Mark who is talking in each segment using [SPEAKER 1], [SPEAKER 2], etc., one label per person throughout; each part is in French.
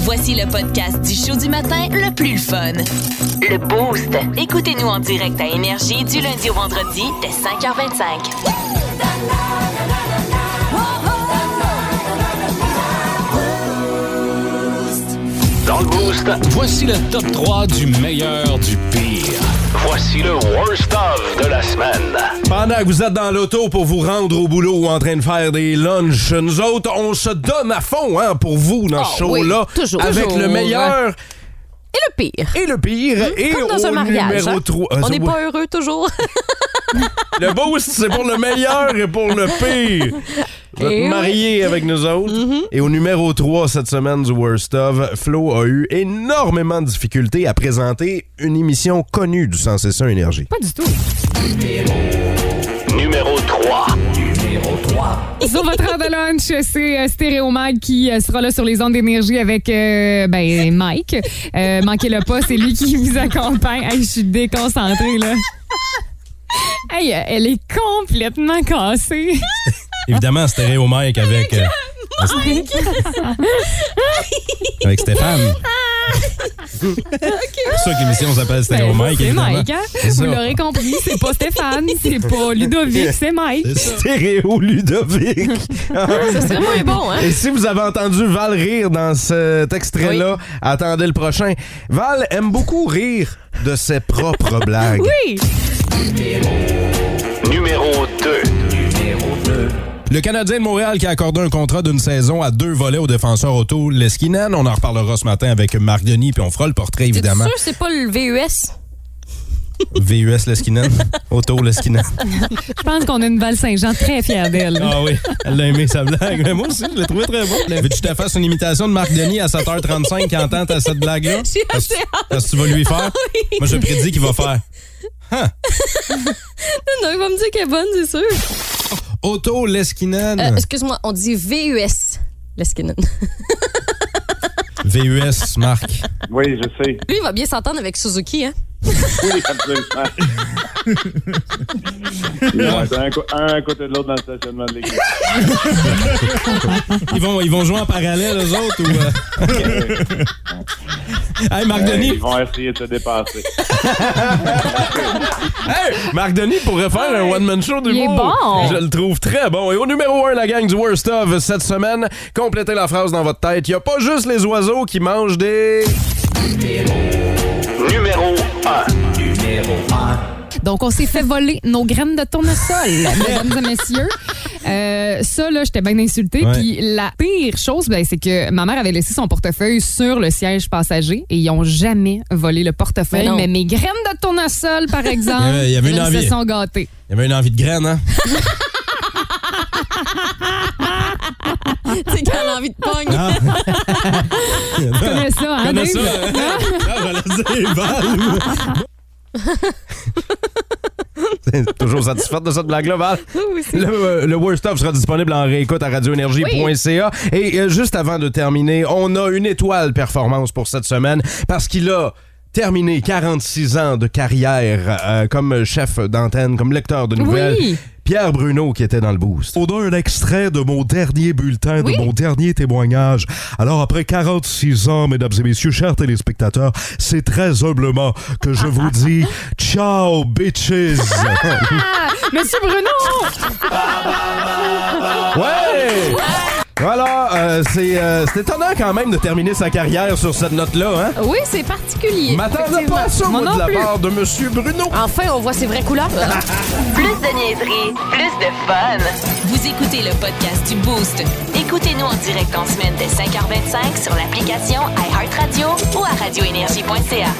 [SPEAKER 1] Voici le podcast du show du matin le plus le fun. Le Boost. Écoutez-nous en direct à Énergie du lundi au vendredi dès 5h25.
[SPEAKER 2] Dans le boost,
[SPEAKER 3] Voici le top 3 du meilleur du pire.
[SPEAKER 2] voici le worst of de la semaine.
[SPEAKER 4] Pendant que vous êtes dans l'auto pour vous rendre au boulot ou en train de faire des lunchs, nous autres, on se donne à fond hein, pour vous dans ce
[SPEAKER 5] Ah oui,
[SPEAKER 4] show-là.
[SPEAKER 5] toujours.
[SPEAKER 4] avec
[SPEAKER 5] Toujours.
[SPEAKER 4] le meilleur
[SPEAKER 5] Et le pire. Hmm?
[SPEAKER 4] et le pire. et
[SPEAKER 5] Comme dans
[SPEAKER 4] au
[SPEAKER 5] un mariage.
[SPEAKER 4] numéro
[SPEAKER 5] hein.
[SPEAKER 4] 3.
[SPEAKER 5] On n'est pas heureux toujours.
[SPEAKER 4] Le boost, c'est pour le meilleur et pour le pire. Vous êtes
[SPEAKER 5] Et Eh oui. Mm-hmm.
[SPEAKER 4] mariés avec nous autres. Et au numéro 3 cette semaine du Worst of, Flo a eu énormément de difficultés à présenter une émission connue du 161 Énergie.
[SPEAKER 5] Pas du tout.
[SPEAKER 2] Numéro 3.
[SPEAKER 6] Sur votre heure de lunch, c'est euh, Stéréo Mag qui euh, sera là sur les ondes d'énergie avec euh, ben, Mike. Euh, Manquez-le pas, c'est lui qui vous accompagne. Hey, je suis déconcentrée, là. Hey, euh, elle est complètement cassée.
[SPEAKER 4] Évidemment, Stéréo Mike avec. euh, avec Stéphane. C'est sûr que l'émission s'appelle Stéréo
[SPEAKER 6] Ben,
[SPEAKER 4] Mike.
[SPEAKER 6] c'est
[SPEAKER 4] évidemment.
[SPEAKER 6] Mike, hein?
[SPEAKER 4] C'est
[SPEAKER 6] Vous
[SPEAKER 4] ça.
[SPEAKER 6] l'aurez compris, c'est pas Stéphane, c'est pas Ludovic, c'est Mike.
[SPEAKER 4] Stéréo Ludovic.
[SPEAKER 5] Ça serait moins bon, hein?
[SPEAKER 4] Et si vous avez entendu Val rire dans cet extrait-là, attendez le prochain. Val aime beaucoup rire de ses propres blagues.
[SPEAKER 6] Oui!
[SPEAKER 2] Numéro 2.
[SPEAKER 4] Le Canadien de Montréal qui a accordé un contrat d'une saison à deux volets au défenseur auto Leskinen. On en reparlera ce matin avec Marc Denis, puis on fera le portrait,
[SPEAKER 5] T'es
[SPEAKER 4] évidemment.
[SPEAKER 5] sûr que c'est pas le E VUS?
[SPEAKER 4] VUS Leskinen, auto Leskinen.
[SPEAKER 6] Je pense qu'on a une Val Saint-Jean très fière d'elle.
[SPEAKER 4] Ah oui, elle l'a aimé sa blague. Mais moi aussi, je l'ai trouvé très bon. Veux-tu que je te fasse une imitation de Marc Denis à 7h35 quand tente à cette blague-là?
[SPEAKER 5] J'ai
[SPEAKER 4] Parce-
[SPEAKER 5] assez hâte.
[SPEAKER 4] Parce que tu vas lui faire. Moi, je prédis qu'il va faire.
[SPEAKER 5] Non, il va me dire qu'elle est bonne, c'est sûr.
[SPEAKER 4] Auto Leskinen.
[SPEAKER 5] Euh, Excuse-moi, on dit E VUS. Leskinen.
[SPEAKER 4] VUS, Marc.
[SPEAKER 7] Oui, je sais.
[SPEAKER 5] Lui, il va bien s'entendre avec Suzuki, hein?
[SPEAKER 7] Oui, absolument. Ils sont un, co- un à côté de l'autre dans le stationnement de l'équipe.
[SPEAKER 4] Ils vont, ils vont jouer en parallèle, eux autres, ou. euh, ok. hey, Marc
[SPEAKER 7] Ils
[SPEAKER 4] Denis.
[SPEAKER 7] vont essayer de se dépasser.
[SPEAKER 4] Marc Denis pourrait faire un one-man show du
[SPEAKER 6] Il est bon.
[SPEAKER 4] Je le trouve très bon. Et au numéro 1, la gang du Worst of cette semaine, complétez la phrase dans votre tête. Il n'y a pas juste les oiseaux qui mangent des.
[SPEAKER 2] Numéro 1.
[SPEAKER 6] Donc, on s'est fait voler nos graines de tournesol, mesdames et messieurs. Euh, ça, là, j'étais bien insultée.
[SPEAKER 4] Ouais.
[SPEAKER 6] Puis la pire chose, ben, c'est que ma mère avait laissé son portefeuille sur le siège passager et ils ont jamais volé le portefeuille.
[SPEAKER 5] Mais non.
[SPEAKER 6] Mais, mes graines de tournesol, par exemple,
[SPEAKER 4] Il y avait- il y avait une
[SPEAKER 6] elles
[SPEAKER 4] envie. Ah.
[SPEAKER 6] se sont gâtées.
[SPEAKER 4] Il y avait une envie de graine, hein?
[SPEAKER 5] C'est qu'elle a envie de pogne.
[SPEAKER 4] Ah.
[SPEAKER 6] Tu connais ça, hein,
[SPEAKER 4] Connais
[SPEAKER 6] Dave?
[SPEAKER 4] ça, hein? Ah, voilà, c'est Val. C'est toujours satisfaite de cette blague-là, Val. Le, euh, le Worst Of sera disponible en réécoute à radioénergie.ca. Et euh, juste avant de terminer, on a une étoile performance pour cette semaine parce qu'il a terminé 46 ans de carrière euh, comme chef d'antenne, comme lecteur de nouvelles.
[SPEAKER 6] Oui.
[SPEAKER 4] Pierre Bruno qui était dans le boost. On a un extrait de mon dernier bulletin, de mon dernier témoignage. Alors après 46 ans, mesdames et messieurs, chers téléspectateurs, c'est très humblement que je vous dis ciao bitches.
[SPEAKER 6] Monsieur Bruno!
[SPEAKER 4] ouais. Voilà, euh, c'est euh, c'est étonnant quand même de terminer sa carrière sur cette note-là. Hein?
[SPEAKER 6] Oui, c'est particulier.
[SPEAKER 4] M'attendais pas à ça,
[SPEAKER 6] Moi
[SPEAKER 4] moi,
[SPEAKER 6] non
[SPEAKER 4] de la
[SPEAKER 6] plus.
[SPEAKER 4] part de Monsieur Bruno.
[SPEAKER 5] Enfin, on voit ses vraies couleurs.
[SPEAKER 8] Ah,
[SPEAKER 1] Plus de niaiserie, plus de fun. Vous écoutez le podcast du Boost. Écoutez-nous en direct en semaine dès 5h25 sur l'application iHeartRadio ou à radioénergie.ca.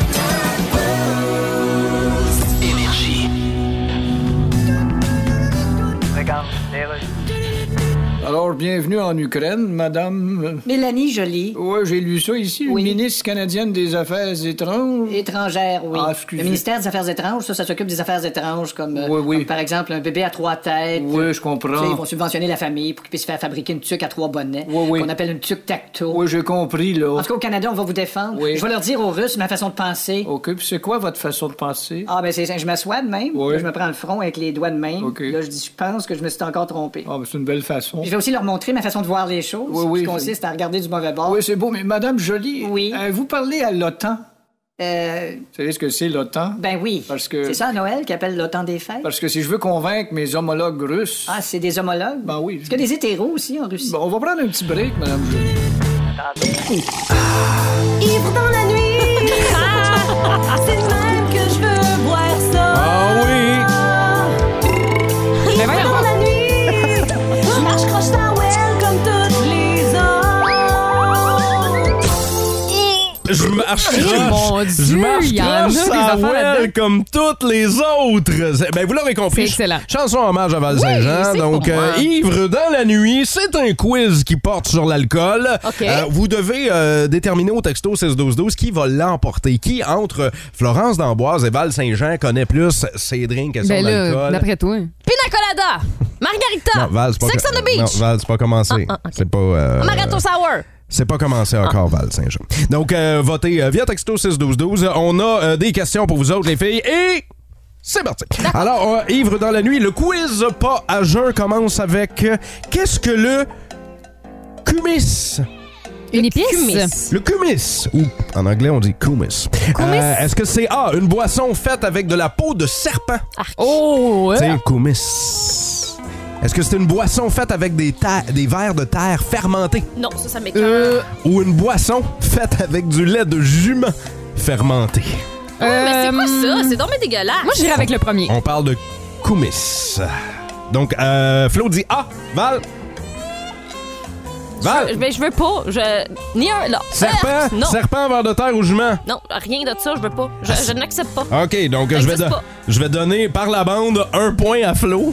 [SPEAKER 9] Alors, bienvenue en Ukraine, madame.
[SPEAKER 8] Mélanie Jolie,
[SPEAKER 9] Oui, j'ai lu ça ici,
[SPEAKER 8] Oui.
[SPEAKER 9] une ministre canadienne des Affaires étrangères.
[SPEAKER 8] étrangère, oui.
[SPEAKER 9] Ah, excusez.
[SPEAKER 8] Le ministère des Affaires étrangères, ça, ça s'occupe des affaires étranges, comme, euh,
[SPEAKER 9] Oui, oui.
[SPEAKER 8] comme, par exemple un bébé à trois têtes.
[SPEAKER 9] Oui, je
[SPEAKER 8] Tu sais, ils vont
[SPEAKER 9] comprends.
[SPEAKER 8] subventionner la famille pour qu'ils puissent faire fabriquer une tuque à trois bonnets,
[SPEAKER 9] Ah. Oui, oui.
[SPEAKER 8] qu'on appelle une tuque tacto.
[SPEAKER 9] Oui, j'ai compris, là.
[SPEAKER 8] En tout cas, au Canada, on va vous défendre.
[SPEAKER 9] Oui.
[SPEAKER 8] Je vais leur dire aux Russes ma façon de penser.
[SPEAKER 9] OK, puis c'est quoi votre façon de penser?
[SPEAKER 8] Ah, ben c'est ça, je m'assois de même,
[SPEAKER 9] Oui.
[SPEAKER 8] là, je me prends le front avec les doigts de même.
[SPEAKER 9] OK.
[SPEAKER 8] Là, je dis, je pense que je me suis encore trompé.
[SPEAKER 9] Ah, ben, c'est une belle façon.
[SPEAKER 8] Puis je devrais aussi leur montrer ma façon de voir les choses,
[SPEAKER 9] Oui, oui,
[SPEAKER 8] qui
[SPEAKER 9] oui.
[SPEAKER 8] consiste à regarder du mauvais bord.
[SPEAKER 9] Oui, c'est beau, mais Madame Jolie,
[SPEAKER 8] Oui.
[SPEAKER 9] euh, vous parlez à l'OTAN.
[SPEAKER 8] Euh,
[SPEAKER 9] Vous savez ce que c'est l'OTAN?
[SPEAKER 8] ben oui.
[SPEAKER 9] Parce que-
[SPEAKER 8] C'est ça, Noël, qui appelle le temps des fêtes?
[SPEAKER 9] Parce que si je veux convaincre mes homologues russes.
[SPEAKER 8] Ah, c'est des homologues?
[SPEAKER 9] Ben oui.
[SPEAKER 8] Est-ce qu'il y a des hétéros aussi en Russie?
[SPEAKER 9] Bon, on va prendre un petit break, Madame Jolie.
[SPEAKER 10] Ivre dans la nuit. C'est le même que je veux boire ça.
[SPEAKER 4] Ah oui!
[SPEAKER 10] Ivre dans la nuit. Je marche croche dans well comme toutes les autres.
[SPEAKER 4] Je marche croche.
[SPEAKER 6] mon Dieu,
[SPEAKER 4] je marche
[SPEAKER 6] il y en a
[SPEAKER 4] croche
[SPEAKER 6] des
[SPEAKER 4] ça
[SPEAKER 6] affaires
[SPEAKER 4] well
[SPEAKER 6] là-dedans.
[SPEAKER 4] comme toutes les autres. C'est- Ben, vous l'aurez compris.
[SPEAKER 6] C'est excellent.
[SPEAKER 4] Chanson hommage à Val
[SPEAKER 6] Oui,
[SPEAKER 4] Saint-Jean.
[SPEAKER 6] c'est
[SPEAKER 4] Donc, euh,
[SPEAKER 6] pour moi.
[SPEAKER 4] Ivre dans la nuit, c'est un quiz qui porte sur l'alcool.
[SPEAKER 5] OK.
[SPEAKER 4] vous devez euh, déterminer au texto 6-12-12 qui va l'emporter. Qui, entre Florence d'Amboise et Val Saint-Jean, connaît plus ses drinks et son
[SPEAKER 6] Ben là,
[SPEAKER 4] alcool?
[SPEAKER 6] d'après toi.
[SPEAKER 5] Pina colada. Margarita.
[SPEAKER 4] Non, Val, c'est pas...
[SPEAKER 5] Sex on the
[SPEAKER 4] Non,
[SPEAKER 5] beach.
[SPEAKER 4] Val, c'est pas commencé.
[SPEAKER 5] Ah, ah, ok.
[SPEAKER 4] C'est pas... euh,
[SPEAKER 5] Amaretto sour.
[SPEAKER 4] c'est pas commencé encore, Val Saint-Jean. Donc, euh, votez euh, via texto 61212. On a euh, des questions pour vous autres, les filles. Et c'est parti. Alors, euh, Ivre dans la nuit, le quiz pas à jeun commence avec euh, Qu'est-ce que le cumis
[SPEAKER 6] Une épice?
[SPEAKER 5] Cumis.
[SPEAKER 4] Le cumis, ou en anglais on dit cumis. Euh, Est-ce que c'est A, une boisson faite avec de la peau de serpent
[SPEAKER 6] Oh! ouais.
[SPEAKER 4] C'est cumis. Est-ce que c'est une boisson faite avec des, ta- des vers de terre fermentés
[SPEAKER 5] Non, ça, ça m'écoeure.
[SPEAKER 6] Euh,
[SPEAKER 4] ou une boisson faite avec du lait de jument fermenté.
[SPEAKER 5] Oh, Mais c'est quoi
[SPEAKER 6] euh,
[SPEAKER 5] ça? C'est dommage dégueulasse.
[SPEAKER 6] Moi, j'irai avec le premier.
[SPEAKER 4] On parle de kumis. Donc, euh, Flo dit A. Val.
[SPEAKER 5] Je-
[SPEAKER 4] Val.
[SPEAKER 5] Mais je veux pas. Je... Ni un. là. Euh,
[SPEAKER 4] Serpent.
[SPEAKER 5] Non.
[SPEAKER 4] Serpent, vers de terre ou jument.
[SPEAKER 5] Non, rien de ça, je veux pas. Je, je n'accepte pas.
[SPEAKER 4] OK, donc euh,
[SPEAKER 5] Ça
[SPEAKER 4] je vais,
[SPEAKER 5] existe
[SPEAKER 4] don-
[SPEAKER 5] pas.
[SPEAKER 4] je vais donner par la bande un point à Flo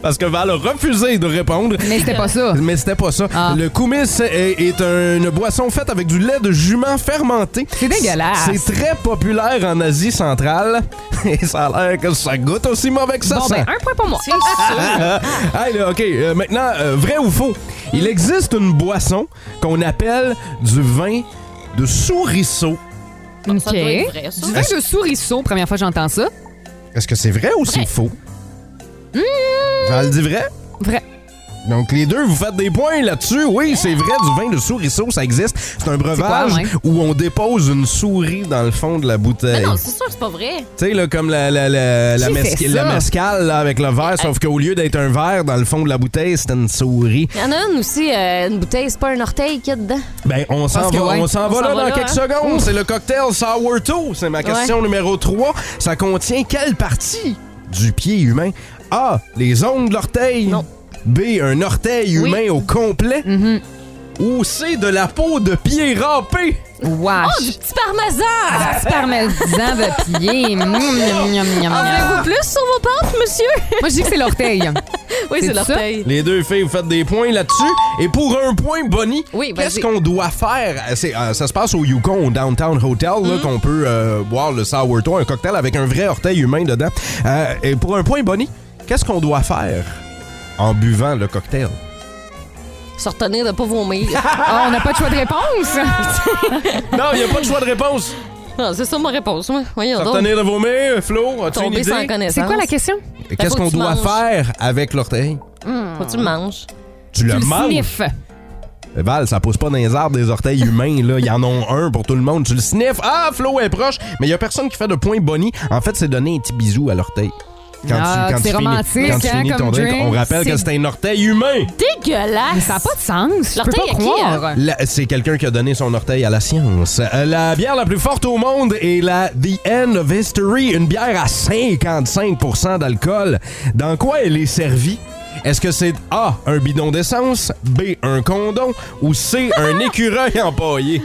[SPEAKER 4] parce que Val a refusé de répondre.
[SPEAKER 6] Mais c'était pas ça.
[SPEAKER 4] Mais c'était pas ça.
[SPEAKER 6] Ah.
[SPEAKER 4] Le kumis est, est une boisson faite avec du lait de jument fermenté.
[SPEAKER 6] C'est dégueulasse.
[SPEAKER 4] C'est très populaire en Asie centrale. Et ça a l'air que ça goûte aussi mauvais que ça
[SPEAKER 6] Bon,
[SPEAKER 4] sent.
[SPEAKER 6] ben, un point pour moi.
[SPEAKER 4] Ah, ah. Hey, là, OK. euh, maintenant, euh, vrai ou faux? Il existe une boisson qu'on appelle du vin de souriceau.
[SPEAKER 6] OK.
[SPEAKER 5] Ça doit être vrai, ça.
[SPEAKER 6] Du vin de souriceau, première fois que j'entends ça.
[SPEAKER 4] Est-ce que c'est vrai ou c'est faux? Ça le dit vrai?
[SPEAKER 6] Mmh. Vrai.
[SPEAKER 4] Donc, les deux, vous faites des points là-dessus. Oui, c'est vrai, du vin de souriceau, ça existe. C'est un
[SPEAKER 6] quoi,
[SPEAKER 4] breuvage
[SPEAKER 6] ouais?
[SPEAKER 4] où on dépose une souris dans le fond de la
[SPEAKER 5] Mais
[SPEAKER 4] bouteille.
[SPEAKER 5] non, c'est sûr, c'est pas vrai.
[SPEAKER 4] Tu sais, là, comme la, la, la, la,
[SPEAKER 6] Qui
[SPEAKER 4] mesca-
[SPEAKER 6] fait ça? euh,
[SPEAKER 4] la mescale là, avec le verre, sauf qu'au lieu d'être un verre, dans le fond de la bouteille, c'était une souris.
[SPEAKER 5] Il y en a une aussi, euh, une bouteille, c'est pas un orteil qu'il y a dedans.
[SPEAKER 4] Ben, on s'en
[SPEAKER 6] Parce que
[SPEAKER 4] va,
[SPEAKER 6] ouais.
[SPEAKER 4] on s'en
[SPEAKER 5] On
[SPEAKER 4] va
[SPEAKER 5] s'en
[SPEAKER 4] là
[SPEAKER 5] va
[SPEAKER 4] dans
[SPEAKER 5] là,
[SPEAKER 4] quelques
[SPEAKER 5] hein.
[SPEAKER 4] secondes. C'est le cocktail Sour 2. C'est ma question numéro 3. Ça contient quelle partie du pied humain? A. Les ongles de l'orteil.
[SPEAKER 5] Non.
[SPEAKER 4] B. Un orteil
[SPEAKER 5] Oui. Mm-hmm.
[SPEAKER 4] humain au complet. Ou C. De la peau de pied râpée.
[SPEAKER 6] Wesh.
[SPEAKER 5] Oh, du petit parmesan!
[SPEAKER 6] Petit parmesan de pied. Miam, miam, miam, miam.
[SPEAKER 5] En voulez-vous plus sur vos pentes, monsieur?
[SPEAKER 6] Moi, je dis que c'est l'orteil.
[SPEAKER 5] Oui,
[SPEAKER 6] C'est
[SPEAKER 5] c'est
[SPEAKER 6] ça?
[SPEAKER 5] l'orteil.
[SPEAKER 4] Les deux filles, vous faites des points là-dessus. Et pour un point, Bonnie,
[SPEAKER 5] Oui, vas-y.
[SPEAKER 4] qu'est-ce qu'on doit faire? C'est, euh, ça se passe au Yukon, au Downtown Hotel,
[SPEAKER 5] Mm.
[SPEAKER 4] là, qu'on peut euh, boire le Sour Toe, un cocktail avec un vrai orteil humain dedans. Euh, et pour un point, Bonnie, qu'est-ce qu'on doit faire en buvant le cocktail?
[SPEAKER 5] Se retenir de pas vomir.
[SPEAKER 6] Ah, on n'a pas de choix de réponse.
[SPEAKER 4] Non, il n'y a pas de choix de réponse.
[SPEAKER 5] Ah, c'est ça ma réponse, moi. Voyons donc.
[SPEAKER 4] Retenir de vos mains, Flo, as-tu une
[SPEAKER 5] Tomber
[SPEAKER 4] idée?
[SPEAKER 5] sans connaissance.
[SPEAKER 6] C'est quoi la question?
[SPEAKER 4] Qu'est-ce
[SPEAKER 5] Faut que
[SPEAKER 4] qu'on
[SPEAKER 5] tu
[SPEAKER 4] doit
[SPEAKER 5] manges.
[SPEAKER 4] faire avec l'orteil?
[SPEAKER 5] Faut que tu le manges.
[SPEAKER 4] Tu le
[SPEAKER 6] Tu le
[SPEAKER 4] manges?
[SPEAKER 6] sniffes.
[SPEAKER 4] Eh, Val, ça pousse pas dans les arbres des orteils humains, là. Ils en ont un pour tout le monde. Tu le sniffes. Ah, Flo est proche. Mais il y a personne qui fait de point Bonnie. En fait, c'est donner un petit bisou à l'orteil.
[SPEAKER 6] Ah, c'est romantique,
[SPEAKER 4] quand tu
[SPEAKER 6] hein,
[SPEAKER 4] finis
[SPEAKER 6] comme
[SPEAKER 4] ton drink,
[SPEAKER 6] drink,
[SPEAKER 4] on rappelle que
[SPEAKER 6] c'est-
[SPEAKER 4] c'est un orteil humain.
[SPEAKER 5] Dégueulasse!
[SPEAKER 6] Ça n'a pas de sens. Je peux
[SPEAKER 5] L'orteil
[SPEAKER 6] pas
[SPEAKER 5] à qui,
[SPEAKER 6] croire.
[SPEAKER 4] La- C'est quelqu'un qui a donné son orteil à la science. Euh, la bière la plus forte au monde est la The End of History, une bière à 55 d'alcool. Dans quoi elle est servie? Est-ce que c'est A, un bidon d'essence, B, un condom ou C, un écureuil empaillé?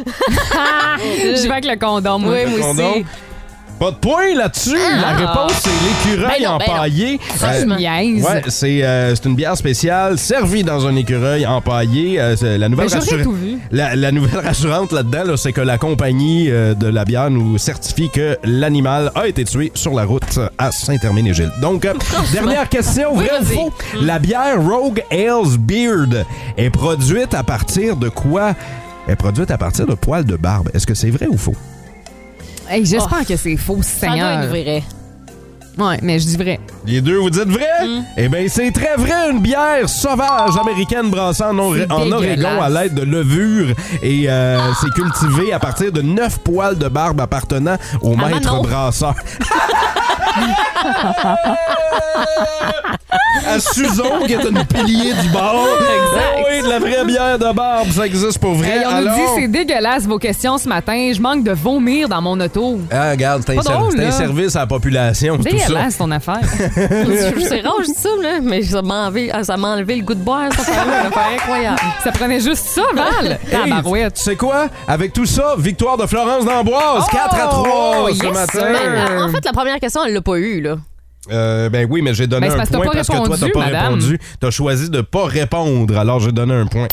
[SPEAKER 6] Ah, Je vais avec le condom, moi.
[SPEAKER 4] Le condom. Pas de point là-dessus. La réponse, c'est l'écureuil
[SPEAKER 5] Ah. Ben non, ben non.
[SPEAKER 4] empaillé. Euh,
[SPEAKER 5] Franchement.
[SPEAKER 6] Niaise. Ben,
[SPEAKER 4] ouais, c'est euh, c'est une bière spéciale servie dans un écureuil empaillé. Euh, c'est la nouvelle
[SPEAKER 6] Ben, j'aurais
[SPEAKER 4] rassura-
[SPEAKER 6] tout vu.
[SPEAKER 4] La, la nouvelle rassurante là-dedans, là, c'est que la compagnie euh, de la bière nous certifie que l'animal a été tué sur la route à Saint-Hermine-et-Gilles. Donc, euh, dernière question, vrai ou
[SPEAKER 5] vas-y. Mm.
[SPEAKER 4] faux? La bière Rogue Ales Beard est produite à partir de quoi? Est produite à partir de poils de barbe. Est-ce que c'est vrai ou faux?
[SPEAKER 6] Hey, J'espère que c'est faux,
[SPEAKER 5] Oh. Ça doit
[SPEAKER 6] Seigneur.
[SPEAKER 5] être vrai.
[SPEAKER 6] Ouais, mais je dis vrai.
[SPEAKER 4] Les deux, vous dites vrai?
[SPEAKER 6] Mm.
[SPEAKER 4] Eh bien, c'est très vrai, une bière sauvage américaine brassée en, Or-
[SPEAKER 6] C'est
[SPEAKER 4] en Oregon
[SPEAKER 6] dégueulasse. Ah!
[SPEAKER 4] à l'aide de levure. Et euh, c'est cultivé à partir de neuf poils de barbe appartenant au
[SPEAKER 5] Ah,
[SPEAKER 4] maître
[SPEAKER 5] Manon.
[SPEAKER 4] brasseur. à Suzon, qui est un pilier du bar.
[SPEAKER 6] Exact.
[SPEAKER 4] Oui, de la vraie bière de barbe, ça existe pour vrai.
[SPEAKER 6] Hey, on
[SPEAKER 4] Alors-
[SPEAKER 6] nous dit c'est dégueulasse vos questions ce matin. Je manque de vomir dans mon auto.
[SPEAKER 4] Ah, regarde, c'est un,
[SPEAKER 6] Pas
[SPEAKER 4] ser-
[SPEAKER 6] drôle,
[SPEAKER 4] c'est un
[SPEAKER 6] là.
[SPEAKER 4] service à la population, c'est tout ça.
[SPEAKER 6] Dégueulasse ton affaire.
[SPEAKER 5] C'est rare, je dis ça, là, mais ça m'a enlevé, ah, ça m'a enlevé le goût de boire, ça fait une affaire incroyable.
[SPEAKER 6] ça prenait juste ça, Val. Ah, bah,
[SPEAKER 4] Hey,
[SPEAKER 6] Tabarouette.
[SPEAKER 4] tu sais quoi? Avec tout ça, victoire de Florence d'Amboise,
[SPEAKER 6] Oh,
[SPEAKER 4] 4 à 3 ce
[SPEAKER 6] yes,
[SPEAKER 4] matin.
[SPEAKER 6] sir.
[SPEAKER 5] Euh, En fait, la première question, elle l'a pas eu, là.
[SPEAKER 4] Euh, ben oui, mais j'ai donné
[SPEAKER 6] Ben, c'est
[SPEAKER 4] un
[SPEAKER 6] parce que t'as
[SPEAKER 4] point
[SPEAKER 6] pas
[SPEAKER 4] parce que toi, t'as
[SPEAKER 6] répondu,
[SPEAKER 4] pas
[SPEAKER 6] madame.
[SPEAKER 4] répondu. T'as choisi de pas répondre, alors j'ai donné un point.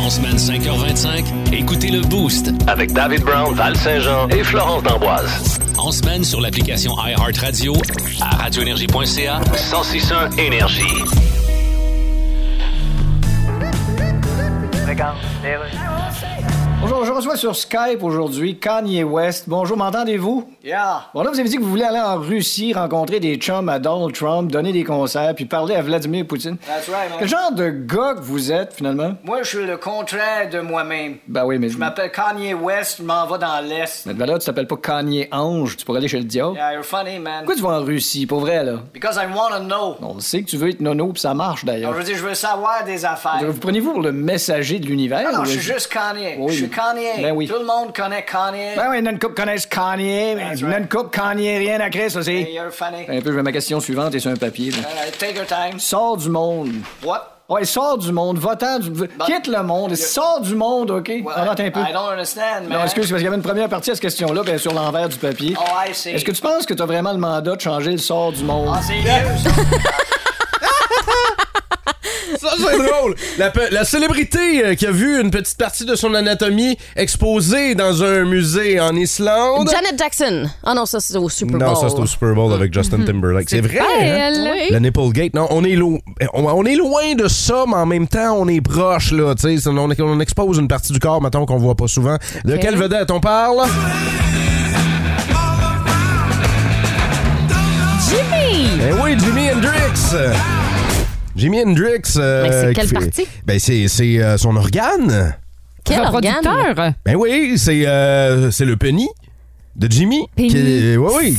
[SPEAKER 3] En semaine 5h25, écoutez le Boost.
[SPEAKER 2] Avec David Brown, Val Saint-Jean et Florence d'Amboise.
[SPEAKER 3] En semaine sur l'application iHeartRadio à radioénergie.ca.
[SPEAKER 2] 1061 Énergie.
[SPEAKER 9] Bonjour, je reçois sur Skype aujourd'hui Kanye West. Bonjour, m'entendez-vous? Yeah. Bon, là, vous avez dit que vous voulez aller en Russie, rencontrer des chums à Donald Trump, donner des concerts, puis parler à Vladimir Poutine.
[SPEAKER 8] That's right, man.
[SPEAKER 9] Quel genre de gars que vous êtes, finalement?
[SPEAKER 8] Moi, je suis le contraire de moi-même.
[SPEAKER 9] Ben oui, mais...
[SPEAKER 8] Je m'appelle Kanye West, je m'en vais dans l'Est.
[SPEAKER 9] Mais ben là, tu t'appelles pas Kanye Ange, tu pourrais aller chez le diable.
[SPEAKER 8] Yeah, you're funny, man.
[SPEAKER 9] Pourquoi tu vas en Russie, pour vrai, là?
[SPEAKER 8] Because I wanna know.
[SPEAKER 9] On le sait que tu veux être nono, puis ça marche,
[SPEAKER 8] Alors,
[SPEAKER 9] d'ailleurs.
[SPEAKER 8] je veux dire, je veux savoir des affaires.
[SPEAKER 9] Vous prenez-vous pour le messager de l'univers?
[SPEAKER 8] Ah Non, non,
[SPEAKER 9] ou-
[SPEAKER 8] je suis juste Kanye.
[SPEAKER 9] Oui.
[SPEAKER 8] Je suis Kanye.
[SPEAKER 9] Ben oui.
[SPEAKER 8] Tout le monde connaît Kanye.
[SPEAKER 9] Ben oui, non coupe connaissent Kanye, mais
[SPEAKER 8] That's right.
[SPEAKER 9] non coupe Kanye, rien à créer, ça,
[SPEAKER 8] Hey,
[SPEAKER 9] c'est...
[SPEAKER 8] you're funny.
[SPEAKER 9] Un peu, je mets ma question suivante et sur un papier, là.
[SPEAKER 8] All right, take your time.
[SPEAKER 9] Sors du monde.
[SPEAKER 8] What?
[SPEAKER 9] Ouais, sors du monde, votant du... Quitte le monde, sors du monde, OK?
[SPEAKER 8] Well,
[SPEAKER 9] Ah, Attends un peu.
[SPEAKER 8] I don't understand, man.
[SPEAKER 9] Non, excuse, parce qu'il y avait une première partie à cette question-là, bien sur l'envers du papier.
[SPEAKER 8] Oh, I see.
[SPEAKER 9] Est-ce que tu penses que t'as vraiment le mandat de changer le sort du monde?
[SPEAKER 8] Ah, c'est vieux, ça.
[SPEAKER 4] Ça, c'est drôle. La, pe- la célébrité euh, qui a vu une petite partie de son anatomie exposée dans un musée en Islande.
[SPEAKER 5] Janet Jackson. Ah non, ça, c'est au Super Bowl.
[SPEAKER 4] Non, ça, c'est au Super Bowl avec
[SPEAKER 6] Mm-hmm.
[SPEAKER 4] Justin Timberlake. C'est vrai,
[SPEAKER 6] pas
[SPEAKER 4] hein?
[SPEAKER 6] elle.
[SPEAKER 5] Oui.
[SPEAKER 4] Le Nipplegate, non, on est, lo- eh, on, on est loin de ça, mais en même temps, on est proche, là, tu sais. On, on expose une partie du corps, mettons, qu'on voit pas souvent. De quelle vedette on parle?
[SPEAKER 5] Jimmy!
[SPEAKER 4] Ben oui, Jimi Hendrix! Jimi Hendrix. euh,
[SPEAKER 5] Mais c'est
[SPEAKER 4] qui
[SPEAKER 5] quelle
[SPEAKER 4] fait-
[SPEAKER 5] partie?
[SPEAKER 4] Ben, c'est c'est, euh, son organe.
[SPEAKER 5] Quel organe?
[SPEAKER 6] Reproducteur.
[SPEAKER 4] Ben oui, c'est euh, c'est le penny de Jimmy.
[SPEAKER 6] Penny.
[SPEAKER 4] Qui, oui, oui.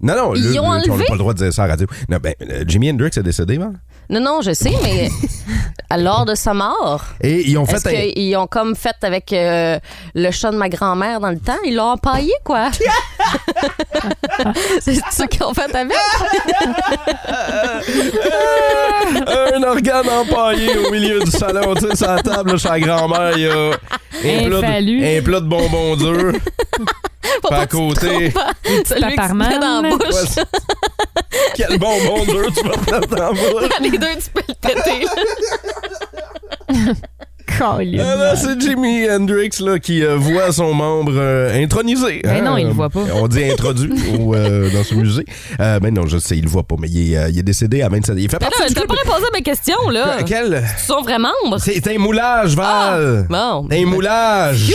[SPEAKER 4] Non, non,
[SPEAKER 5] Ils
[SPEAKER 4] le- le-
[SPEAKER 5] ont
[SPEAKER 4] on n'a
[SPEAKER 5] enlevé?
[SPEAKER 4] pas le droit de dire ça à la radio. Non, ben, euh, Jimi Hendrix est décédé, ben.
[SPEAKER 5] Non, non, je sais, mais à l'heure de sa mort,
[SPEAKER 4] Et ils ont fait
[SPEAKER 5] est-ce
[SPEAKER 4] un.
[SPEAKER 5] qu'ils ont comme fait avec euh, le chat de ma grand-mère dans le temps? Ils l'ont empaillé, quoi. c'est ça qu'ils ont fait avec?
[SPEAKER 4] un organe empaillé au milieu du salon, tu sais, sur la table, là, chez la grand-mère, il y a un plat,
[SPEAKER 6] Infalu.
[SPEAKER 4] de, un plat de bonbons durs. Pas
[SPEAKER 5] Faut pas
[SPEAKER 4] à
[SPEAKER 5] que tu
[SPEAKER 4] côté.
[SPEAKER 5] te trompes, hein? Celui que tu te mets dans la
[SPEAKER 6] Paparman.
[SPEAKER 5] bouche.
[SPEAKER 4] Ouais, c'est- Quel bonbon dur tu vas mettre dans la bouche.
[SPEAKER 5] Les deux, tu peux le péter.
[SPEAKER 4] Ah non, c'est Jimi Hendrix là, qui euh, voit son membre euh, intronisé.
[SPEAKER 6] Ben non, il le voit pas.
[SPEAKER 4] On dit introduit au, euh, dans ce musée. Euh, ben non, je sais, il le voit pas, mais il est, euh, il est décédé à 27 Il fait
[SPEAKER 5] Mais
[SPEAKER 4] partie
[SPEAKER 5] là,
[SPEAKER 4] du
[SPEAKER 5] t'as
[SPEAKER 4] groupe.
[SPEAKER 5] pas répondu à mes questions,
[SPEAKER 6] Ah.
[SPEAKER 5] là.
[SPEAKER 4] Quel?
[SPEAKER 5] Tu sont vraiment membres?
[SPEAKER 4] C'est un moulage, Val!
[SPEAKER 6] Ah.
[SPEAKER 5] bon.
[SPEAKER 4] un moulage!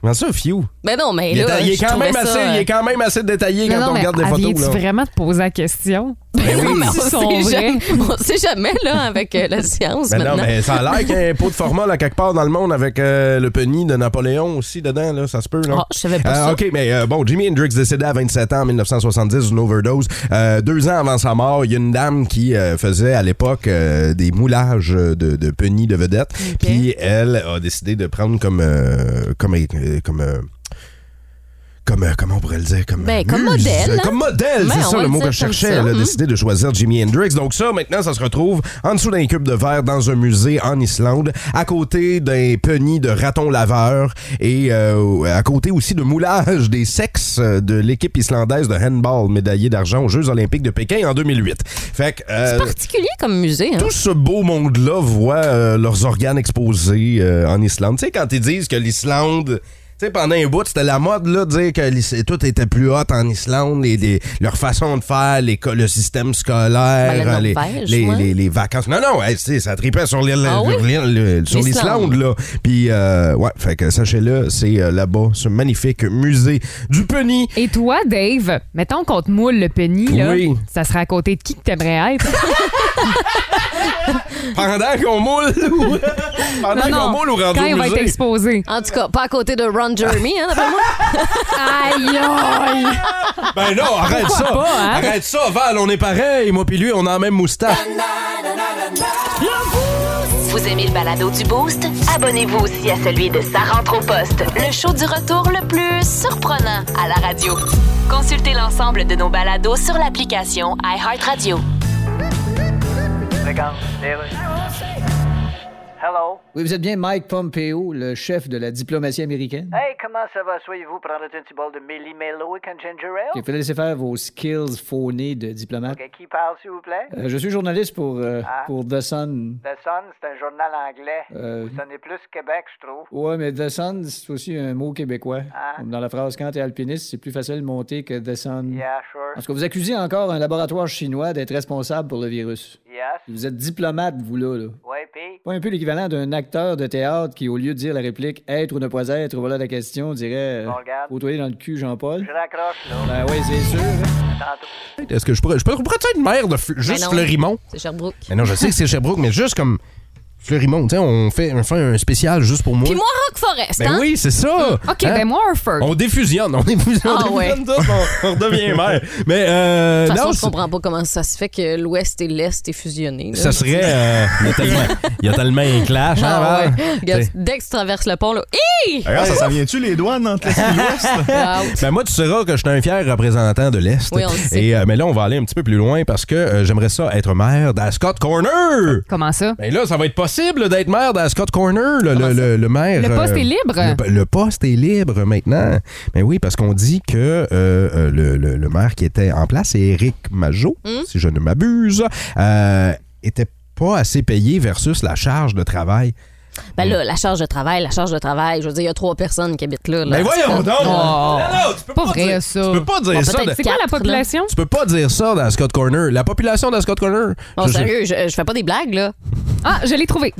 [SPEAKER 4] Comment ça, Fiu?
[SPEAKER 5] Mais non, mais
[SPEAKER 4] Il est,
[SPEAKER 5] là,
[SPEAKER 4] il est
[SPEAKER 5] je
[SPEAKER 4] quand
[SPEAKER 5] trouvais
[SPEAKER 4] même
[SPEAKER 5] ça,
[SPEAKER 4] assez,
[SPEAKER 5] euh,
[SPEAKER 4] il est quand même assez détaillé quand on regarde les photos.
[SPEAKER 6] tu
[SPEAKER 4] Là.
[SPEAKER 6] vraiment te poser la question?
[SPEAKER 5] Ben
[SPEAKER 4] oui,
[SPEAKER 5] oui, mais
[SPEAKER 6] ils sont
[SPEAKER 5] on sait,
[SPEAKER 6] vrais.
[SPEAKER 5] jamais, on sait jamais, là, avec euh, la science
[SPEAKER 4] Ben non,
[SPEAKER 5] maintenant.
[SPEAKER 4] mais ça a l'air qu'il y a un pot de format là, quelque part dans le monde avec euh, le penny de Napoléon aussi dedans, là, ça se peut. Là.
[SPEAKER 5] Ah, je savais pas
[SPEAKER 4] Euh,
[SPEAKER 5] ça.
[SPEAKER 4] OK, mais euh, bon, Jimi Hendrix décédé à 27 ans en 1970 d'une overdose. Euh, deux ans avant sa mort, il y a une dame qui euh, faisait à l'époque euh, des moulages de, de penny de vedette. Puis elle a décidé de prendre comme... euh, comme, euh, comme euh, comme, euh, comment on pourrait le dire? Comme, euh,
[SPEAKER 5] Ben, comme
[SPEAKER 4] muse.
[SPEAKER 5] modèle, hein?
[SPEAKER 4] Comme modèle,
[SPEAKER 5] Ben,
[SPEAKER 4] c'est ça
[SPEAKER 5] on va
[SPEAKER 4] le
[SPEAKER 5] le
[SPEAKER 4] mot
[SPEAKER 5] dire
[SPEAKER 4] que je
[SPEAKER 5] comme
[SPEAKER 4] cherchais.
[SPEAKER 5] ça.
[SPEAKER 4] Elle a
[SPEAKER 5] Mhm.
[SPEAKER 4] décidé de choisir Jimi Hendrix. Donc ça, maintenant, ça se retrouve en dessous d'un cube de verre dans un musée en Islande, à côté d'un penny de raton laveur et euh, à côté aussi de moulage des sexes euh, de l'équipe islandaise de handball, médaillée d'argent aux Jeux olympiques de Pékin en 2008. Fait que... euh,
[SPEAKER 5] C'est particulier comme musée, hein.
[SPEAKER 4] tout ce beau monde-là voit euh, leurs organes exposés euh, en Islande. Tu sais, quand ils disent que l'Islande, Tu sais, pendant un bout, c'était la mode là, de dire que l'is- tout était plus hot en Islande, les, les- leur façon de faire, les co- le système scolaire,
[SPEAKER 5] Ben, la
[SPEAKER 4] euh, les,
[SPEAKER 5] Norvège,
[SPEAKER 4] les-
[SPEAKER 5] ouais.
[SPEAKER 4] les- les vacances. Non, non, hey, c'est- ça tripait sur l'île-
[SPEAKER 5] Ah oui?
[SPEAKER 4] sur l'île- sur
[SPEAKER 5] L'Islande.
[SPEAKER 4] l'Islande. là. Puis, euh, ouais, fait que sachez-le, c'est euh, là-bas, ce magnifique musée du Penny.
[SPEAKER 6] Et toi, Dave, mettons qu'on te moule le penny, là,
[SPEAKER 4] Oui.
[SPEAKER 6] ça serait à côté de qui que t'aimerais être?
[SPEAKER 4] Pendant qu'on moule ou... Pendant
[SPEAKER 6] Non,
[SPEAKER 4] qu'on
[SPEAKER 6] non,
[SPEAKER 4] moule ou rendu
[SPEAKER 6] quand
[SPEAKER 4] au
[SPEAKER 6] il va être
[SPEAKER 4] musée.
[SPEAKER 6] exposé.
[SPEAKER 5] En tout cas, pas à côté de Ron Jeremy, hein, d'après moi.
[SPEAKER 6] Aïe, aïe!
[SPEAKER 4] Ben non, arrête
[SPEAKER 6] Pourquoi
[SPEAKER 4] ça!
[SPEAKER 6] pas, hein?
[SPEAKER 4] Arrête ça, Val, on est pareil, moi puis lui, on a la même moustache.
[SPEAKER 1] Vous aimez le balado du Boost? Abonnez-vous aussi à celui de Sa rentre au poste, le show du retour le plus surprenant à la radio. Consultez l'ensemble de nos balados sur l'application iHeartRadio.
[SPEAKER 8] Hello.
[SPEAKER 9] Oui, vous êtes bien Mike Pompeo, le chef de la diplomatie américaine?
[SPEAKER 8] Hey, comment ça va? Soyez-vous prendre un petit bol de Millie Mello et Ginger Ale?
[SPEAKER 9] Il fallait laisser faire vos skills phonés de diplomate.
[SPEAKER 8] Ok, Qui parle, s'il vous plaît?
[SPEAKER 9] Euh, je suis journaliste pour, euh,
[SPEAKER 8] Ah.
[SPEAKER 9] pour The Sun.
[SPEAKER 8] The Sun, c'est un journal anglais.
[SPEAKER 9] Euh,
[SPEAKER 8] Ça n'est plus Québec, je trouve.
[SPEAKER 9] Ouais, mais The Sun, c'est aussi un mot québécois.
[SPEAKER 8] Ah.
[SPEAKER 9] Comme dans la phrase quand t'es alpiniste, c'est plus facile de monter que The Sun.
[SPEAKER 8] Yeah, sure.
[SPEAKER 9] Parce que vous accusez encore un laboratoire chinois d'être responsable Ah, pour le virus.
[SPEAKER 8] Yes.
[SPEAKER 9] Vous êtes diplomate, vous là, là.
[SPEAKER 8] Ouais, pis.
[SPEAKER 9] Pas un peu l'équivalent d'un acteur de théâtre qui, au lieu de dire la réplique être ou ne pas être, voilà la question, dirait
[SPEAKER 8] Bon, regarde.
[SPEAKER 9] côtoyer dans le cul Jean-Paul.
[SPEAKER 8] Je raccroche, là.
[SPEAKER 9] Ben oui, c'est sûr. hein.
[SPEAKER 8] Tantôt.
[SPEAKER 4] Est-ce que je pourrais. Je pourrais, pourrais-tu être maire de Fle- juste
[SPEAKER 5] Ben non.
[SPEAKER 4] Fleurimont?
[SPEAKER 5] C'est Sherbrooke.
[SPEAKER 4] Mais non, je sais que c'est Sherbrooke, mais juste comme Fleurimont, tu sais, on fait, on fait un spécial juste pour moi.
[SPEAKER 5] Puis moi, Rock Forest,
[SPEAKER 4] ben
[SPEAKER 5] hein?
[SPEAKER 4] oui, c'est ça!
[SPEAKER 6] OK,
[SPEAKER 4] Hein?
[SPEAKER 6] ben moi, Orford.
[SPEAKER 4] On défusionne, on défusionne,
[SPEAKER 5] euh, Ah
[SPEAKER 4] on,
[SPEAKER 5] ouais.
[SPEAKER 4] défusionne tout, on- on redevient maire. Mais euh,
[SPEAKER 5] De toute façon,
[SPEAKER 4] non,
[SPEAKER 5] je
[SPEAKER 4] c'est-
[SPEAKER 5] comprends pas comment ça se fait que l'Ouest et l'Est est fusionné. là.
[SPEAKER 4] ça serait. euh, il, y a tellement, il y a tellement un clash, hein,
[SPEAKER 5] Ah
[SPEAKER 4] Val?
[SPEAKER 5] ouais. Regarde, dès que tu traverses le pont, là. Hi!
[SPEAKER 11] D'ailleurs, ça s'en vient-tu les douanes entre l'Est et l'Ouest?
[SPEAKER 5] Wow.
[SPEAKER 4] Ben moi, tu sauras que je suis un fier représentant de l'Est.
[SPEAKER 5] Oui, on le sait.
[SPEAKER 4] Et, euh, mais là, on va aller un petit peu plus loin parce que euh, j'aimerais ça être maire d'Ascot Corner.
[SPEAKER 6] Comment ça?
[SPEAKER 4] Ben là, ça va être possible d'être maire d'Ascot Corner. Le, le, le- le maire.
[SPEAKER 6] Le poste
[SPEAKER 4] euh,
[SPEAKER 6] est libre?
[SPEAKER 4] Le, le poste est libre maintenant. Mais oui, parce qu'on dit que euh, euh, le, le- le maire qui était en place, c'est Éric Majot, si je ne m'abuse, euh, était pas assez payé versus la charge de travail.
[SPEAKER 5] Ben
[SPEAKER 11] Mm.
[SPEAKER 5] là, la charge de travail, la charge de travail. Je veux dire, il y a trois personnes qui habitent là. là.
[SPEAKER 11] Ben
[SPEAKER 4] Mais Ben voyons donc! Non, non, tu peux
[SPEAKER 6] pas vrai,
[SPEAKER 4] dire-
[SPEAKER 6] ça.
[SPEAKER 4] Tu peux pas dire
[SPEAKER 5] Bon,
[SPEAKER 4] ça.
[SPEAKER 5] peut-être
[SPEAKER 4] de-
[SPEAKER 6] C'est quoi la
[SPEAKER 5] Quatre, là.
[SPEAKER 6] population?
[SPEAKER 4] Tu peux pas dire ça dans Scott Corner. La population dans Scott Corner.
[SPEAKER 5] Bon,
[SPEAKER 4] je-
[SPEAKER 5] sérieux, je, je fais pas des blagues, là.
[SPEAKER 6] Ah, je l'ai trouvé.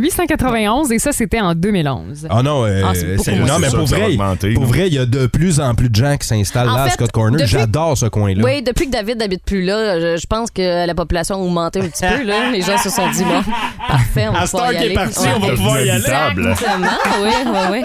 [SPEAKER 6] 2891, et ça, c'était en 2011.
[SPEAKER 4] Ah non, euh,
[SPEAKER 5] Ah, c'est beaucoup
[SPEAKER 4] c'est-
[SPEAKER 5] moins.
[SPEAKER 4] non mais
[SPEAKER 11] C'est sûr
[SPEAKER 4] pour
[SPEAKER 11] que ça va
[SPEAKER 4] vrai,
[SPEAKER 11] augmenter,
[SPEAKER 4] pour
[SPEAKER 11] là.
[SPEAKER 4] vrai, il y a de plus en plus de gens qui s'installent
[SPEAKER 5] En
[SPEAKER 4] là à
[SPEAKER 5] fait,
[SPEAKER 4] Scott Corner.
[SPEAKER 5] depuis-
[SPEAKER 4] J'adore ce coin-là.
[SPEAKER 5] Oui, depuis que David n'habite plus là, je, je pense que la population a augmenté un petit peu. Là. Les gens se sont dit, bon, parfait, on va pouvoir y aller. Ouais.
[SPEAKER 11] pouvoir y aller.
[SPEAKER 5] Exactement, oui, oui, oui.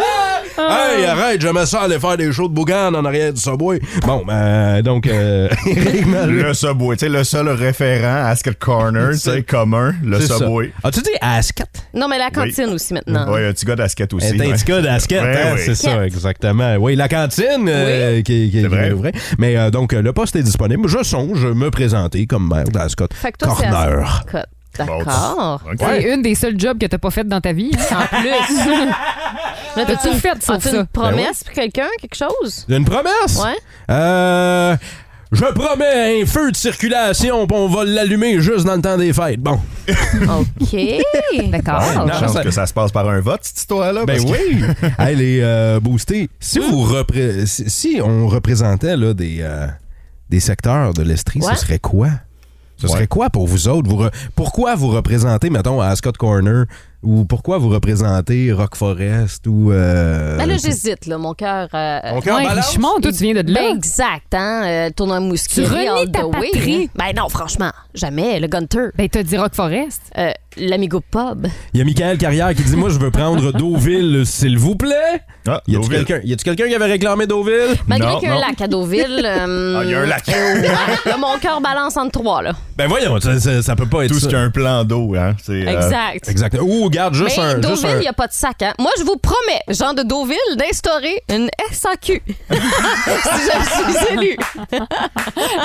[SPEAKER 4] Hey,
[SPEAKER 5] Euh,
[SPEAKER 4] arrête, j'aimais ça aller faire des shows de boucan en arrière du subway. Bon, euh, donc euh, Eric Malou-
[SPEAKER 11] Le Subway, tu sais, le seul référent à Ascot Corner, tu sais, commun, le
[SPEAKER 4] c'est ça.
[SPEAKER 11] Subway.
[SPEAKER 4] As-tu dit Ascot?
[SPEAKER 5] Non, mais la cantine
[SPEAKER 11] Oui.
[SPEAKER 5] aussi maintenant.
[SPEAKER 11] Ouais, un petit gars d'Ascot aussi.
[SPEAKER 9] Eh
[SPEAKER 4] Un
[SPEAKER 9] ben,
[SPEAKER 11] ouais.
[SPEAKER 4] petit cas d'Ascot,
[SPEAKER 11] Ouais,
[SPEAKER 4] hein,
[SPEAKER 11] ouais.
[SPEAKER 4] c'est ça, exactement. Oui, la cantine euh, qui, qui- qui
[SPEAKER 11] vrai.
[SPEAKER 4] est ouvrée. Mais euh, donc, euh, le poste est disponible. Je songe me présenter comme maire d'Ascot
[SPEAKER 5] Fait que toi, c'est
[SPEAKER 4] Corner.
[SPEAKER 5] Ascot. D'accord.
[SPEAKER 4] Ah,
[SPEAKER 11] Bon, tu-
[SPEAKER 6] C'est
[SPEAKER 11] Ouais.
[SPEAKER 6] une des seuls jobs que t'as pas fait dans ta vie. hein.
[SPEAKER 5] En plus. Là,
[SPEAKER 6] T'as tout
[SPEAKER 5] une-
[SPEAKER 6] fait, sauf ça.
[SPEAKER 5] as-tu Ah,
[SPEAKER 6] Ben
[SPEAKER 5] une promesse pour quelqu'un, quelque chose?
[SPEAKER 4] Une promesse?
[SPEAKER 5] Ouais.
[SPEAKER 4] Euh. Je promets un feu de circulation, puis on va l'allumer juste dans le temps des fêtes. Bon.
[SPEAKER 11] Ben,
[SPEAKER 5] OK.
[SPEAKER 6] D'accord.
[SPEAKER 11] Ouais, une
[SPEAKER 4] non,
[SPEAKER 11] chance
[SPEAKER 4] ça-
[SPEAKER 11] que ça se passe par un vote, cette histoire-là.
[SPEAKER 4] Ben
[SPEAKER 11] parce que-
[SPEAKER 4] oui! Elle est euh, boostée. Si, vous repré- si, si on représentait là, des, euh, des secteurs de l'Estrie,
[SPEAKER 5] Ouais.
[SPEAKER 4] ce serait quoi? Ce
[SPEAKER 11] Ouais.
[SPEAKER 4] serait quoi pour vous autres? Vous re- Pourquoi vous représentez, mettons, à Scott Corner? Ou pourquoi vous représentez Rock Forest? Ou. euh,
[SPEAKER 5] Ben là, j'hésite, là. Mon cœur. euh,
[SPEAKER 4] Mon cœur
[SPEAKER 6] Ouais,
[SPEAKER 4] balance?
[SPEAKER 6] Richemont, Oh, toi, tu viens de là.
[SPEAKER 5] Ben exact, hein? euh, tournoi
[SPEAKER 6] Tu
[SPEAKER 5] mousquerie,
[SPEAKER 6] renies
[SPEAKER 5] all the
[SPEAKER 6] ta
[SPEAKER 5] way,
[SPEAKER 6] patrie.
[SPEAKER 5] hein. Ben non, franchement, jamais. Le Gunter,
[SPEAKER 6] Ben, t'as dit Rock Forest.
[SPEAKER 5] euh, l'amigo pub.
[SPEAKER 4] Il y a Michael Carrière qui dit Moi, je veux prendre Deauville, s'il vous plaît.
[SPEAKER 11] Ah,
[SPEAKER 4] Y a-tu
[SPEAKER 11] Deauville.
[SPEAKER 4] quelqu'un y a-tu quelqu'un qui avait réclamé Deauville?
[SPEAKER 5] Malgré
[SPEAKER 11] Non,
[SPEAKER 5] qu'il y a un
[SPEAKER 11] non.
[SPEAKER 5] lac à Deauville. euh,
[SPEAKER 11] Ah, il y a un lac.
[SPEAKER 5] euh, ouais, mon cœur balance entre trois, là.
[SPEAKER 4] Ben voyons, ça, ça- ça peut pas être
[SPEAKER 11] Tout ce
[SPEAKER 4] ça.
[SPEAKER 11] qui a un plan d'eau, hein. c'est, euh,
[SPEAKER 5] Exact.
[SPEAKER 4] Exact. Ou garde juste
[SPEAKER 5] Mais
[SPEAKER 4] un. juste
[SPEAKER 5] Deauville,
[SPEAKER 4] un-
[SPEAKER 5] il n'y a pas de sac. Hein? Moi, je vous promets, Jean de Deauville, d'instaurer une SAQ. si je suis élu.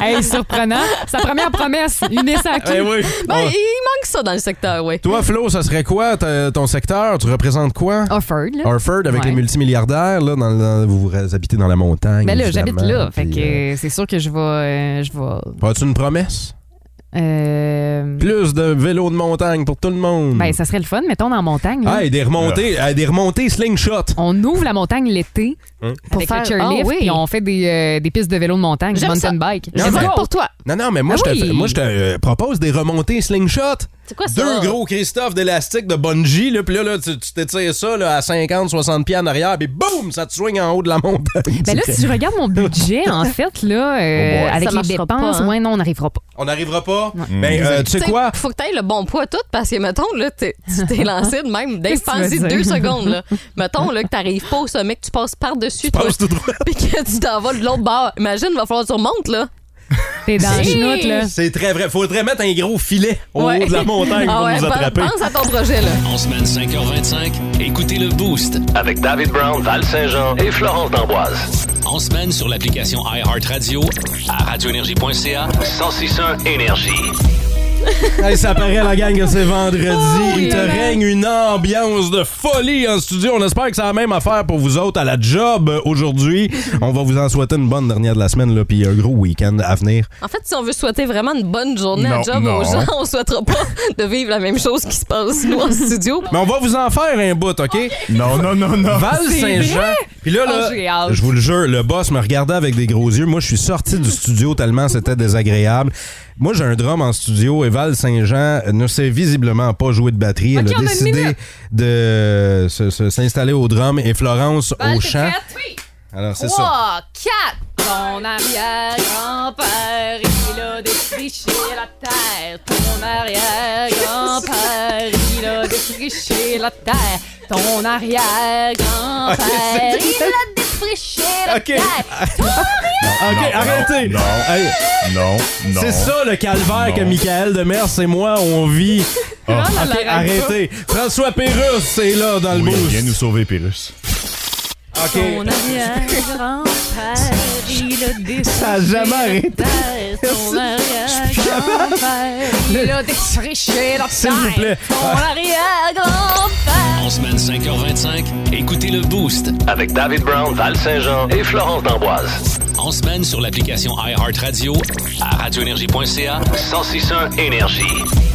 [SPEAKER 6] Hey, surprenant. Sa première promesse, une SAQ.
[SPEAKER 4] Eh oui.
[SPEAKER 5] Ben,
[SPEAKER 4] Ouais.
[SPEAKER 5] Il manque ça dans le secteur, oui.
[SPEAKER 4] Toi, Flo, ça serait quoi ta- ton secteur? Tu représentes quoi?
[SPEAKER 6] Orford, là.
[SPEAKER 4] Harford avec
[SPEAKER 6] Ouais.
[SPEAKER 4] les multimilliardaires, là, dans, dans- vous habitez dans la montagne.
[SPEAKER 6] Ben là,
[SPEAKER 4] évidemment,
[SPEAKER 6] j'habite là. Fait
[SPEAKER 4] puis,
[SPEAKER 6] que euh, c'est sûr que je vais. euh, je vais...
[SPEAKER 4] euh, As-tu une promesse?
[SPEAKER 6] Euh,
[SPEAKER 4] Plus de vélos de montagne pour tout le monde.
[SPEAKER 6] ben, ça serait le fun, mettons, dans la montagne. là.
[SPEAKER 4] Ah, et des remontées, ah, des remontées slingshot.
[SPEAKER 6] On ouvre la montagne l'été
[SPEAKER 4] Hein?
[SPEAKER 6] pour
[SPEAKER 5] faire-
[SPEAKER 6] faire chairlift,
[SPEAKER 5] Ah oui.
[SPEAKER 6] puis on fait des, euh, des pistes de vélo de montagne, du
[SPEAKER 5] J'aime
[SPEAKER 6] mountain
[SPEAKER 5] ça.
[SPEAKER 6] bike.
[SPEAKER 5] Je
[SPEAKER 6] Let's
[SPEAKER 5] vote
[SPEAKER 6] go.
[SPEAKER 5] pour toi.
[SPEAKER 4] Non, non, mais moi,
[SPEAKER 6] Ah
[SPEAKER 4] je, te,
[SPEAKER 6] oui.
[SPEAKER 4] moi je te euh, propose des remontées slingshot.
[SPEAKER 5] C'est quoi ça?
[SPEAKER 4] Deux gros Christophe d'élastique de bungee, là, puis là, là, tu tu t'étires ça là, à 50, 60 pieds en arrière, puis boum, ça te soigne en haut de la montagne.
[SPEAKER 6] Ben là, si je regarde mon budget, en fait, là, euh,
[SPEAKER 4] Oh boy.
[SPEAKER 6] avec
[SPEAKER 5] Ça
[SPEAKER 6] les
[SPEAKER 5] marchera pas,
[SPEAKER 6] dépenses,
[SPEAKER 5] hein.
[SPEAKER 6] ouais, non, on n'arrivera pas.
[SPEAKER 4] On n'arrivera pas.
[SPEAKER 6] Ouais.
[SPEAKER 4] Ben, euh, tu sais quoi?
[SPEAKER 5] Faut que t'aies le bon poids tout parce que, mettons, là, t'es- tu t'es lancé de même. Dave,
[SPEAKER 6] Qu'est-ce que tu veux
[SPEAKER 5] pense-y
[SPEAKER 6] dire?
[SPEAKER 5] deux secondes, là. Mettons, là, que t'arrives pas au sommet, que tu passes par-dessus, toi,
[SPEAKER 4] Passe tout droit.
[SPEAKER 5] puis que tu t'en vas de l'autre bord. Imagine, va falloir que tu remontes, là.
[SPEAKER 6] T'es dans le
[SPEAKER 5] Si.
[SPEAKER 6] chenoute, là.
[SPEAKER 4] C'est très vrai. Faudrait mettre un gros filet au
[SPEAKER 5] Ouais.
[SPEAKER 4] haut de la montagne
[SPEAKER 5] Ah
[SPEAKER 4] pour
[SPEAKER 5] ouais,
[SPEAKER 4] nous
[SPEAKER 5] pen-
[SPEAKER 4] attraper.
[SPEAKER 5] pense à ton projet, là.
[SPEAKER 3] En semaine 5h25, écoutez le Boost.
[SPEAKER 2] Avec David Brown, Val Saint-Jean et Florence d'Amboise.
[SPEAKER 3] En semaine sur l'application iHeartRadio à radioénergie.ca.
[SPEAKER 2] 1061 Énergie.
[SPEAKER 4] Hey, ça paraît la gang que c'est vendredi. Il te
[SPEAKER 6] là, là.
[SPEAKER 4] règne une ambiance de folie en studio. On espère que c'est la même affaire pour vous autres à la job euh, aujourd'hui. On va vous en souhaiter une bonne dernière de la semaine, là, puis un gros week-end à venir.
[SPEAKER 5] En fait, si on veut souhaiter vraiment une bonne journée à
[SPEAKER 11] Non,
[SPEAKER 5] job
[SPEAKER 11] non.
[SPEAKER 5] aux gens, on souhaitera pas de vivre la même chose qui se passe, nous, en studio.
[SPEAKER 4] Mais on va vous en faire un bout, OK?
[SPEAKER 11] Non, non, non, non.
[SPEAKER 4] Val Saint-Jean. Puis là,
[SPEAKER 6] Oh, j'ai
[SPEAKER 4] là
[SPEAKER 6] hâte.
[SPEAKER 4] je vous le jure, le boss me regardait avec des gros yeux. Moi, je suis sorti du studio tellement c'était désagréable. Moi, j'ai un drum en studio et Val Saint-Jean ne sait visiblement pas jouer de batterie. Elle
[SPEAKER 6] Ok,
[SPEAKER 4] a
[SPEAKER 6] on a une
[SPEAKER 4] décidé
[SPEAKER 6] minute.
[SPEAKER 4] de se- se- s'installer au drum et Florence au chant. Alors, c'est ça.
[SPEAKER 5] 4!
[SPEAKER 6] Mon arrière-grand-père, il a défriché la terre. Ton arrière-grand-père, il a défriché la terre. Ton arrière-grand-père, il a défriché la
[SPEAKER 4] OK. OK, arrêtez.
[SPEAKER 11] Non,
[SPEAKER 4] Hey,
[SPEAKER 11] non, non.
[SPEAKER 4] C'est ça le calvaire
[SPEAKER 11] Non.
[SPEAKER 4] que Michael Demers et moi, on vit.
[SPEAKER 11] Ah.
[SPEAKER 4] OK, arrêtez. François Pérusse, c'est là dans le
[SPEAKER 11] Oui,
[SPEAKER 4] boost.
[SPEAKER 11] viens Oh, nous sauver, Pyrrhus.
[SPEAKER 4] OK.
[SPEAKER 5] Mon arrière-grand-père, il a défriché
[SPEAKER 4] Ça a jamais arrêté.
[SPEAKER 5] Ton arrière-grand-père, il a défriché la
[SPEAKER 4] S'il vous plaît.
[SPEAKER 5] Ton arrière-grand-père.
[SPEAKER 3] En semaine 5h25, écoutez le Boost.
[SPEAKER 2] Avec David Brown, Val Saint-Jean et Florence d'Amboise.
[SPEAKER 3] En semaine sur l'application iHeartRadio à radioénergie.ca.
[SPEAKER 2] 1061 Énergie.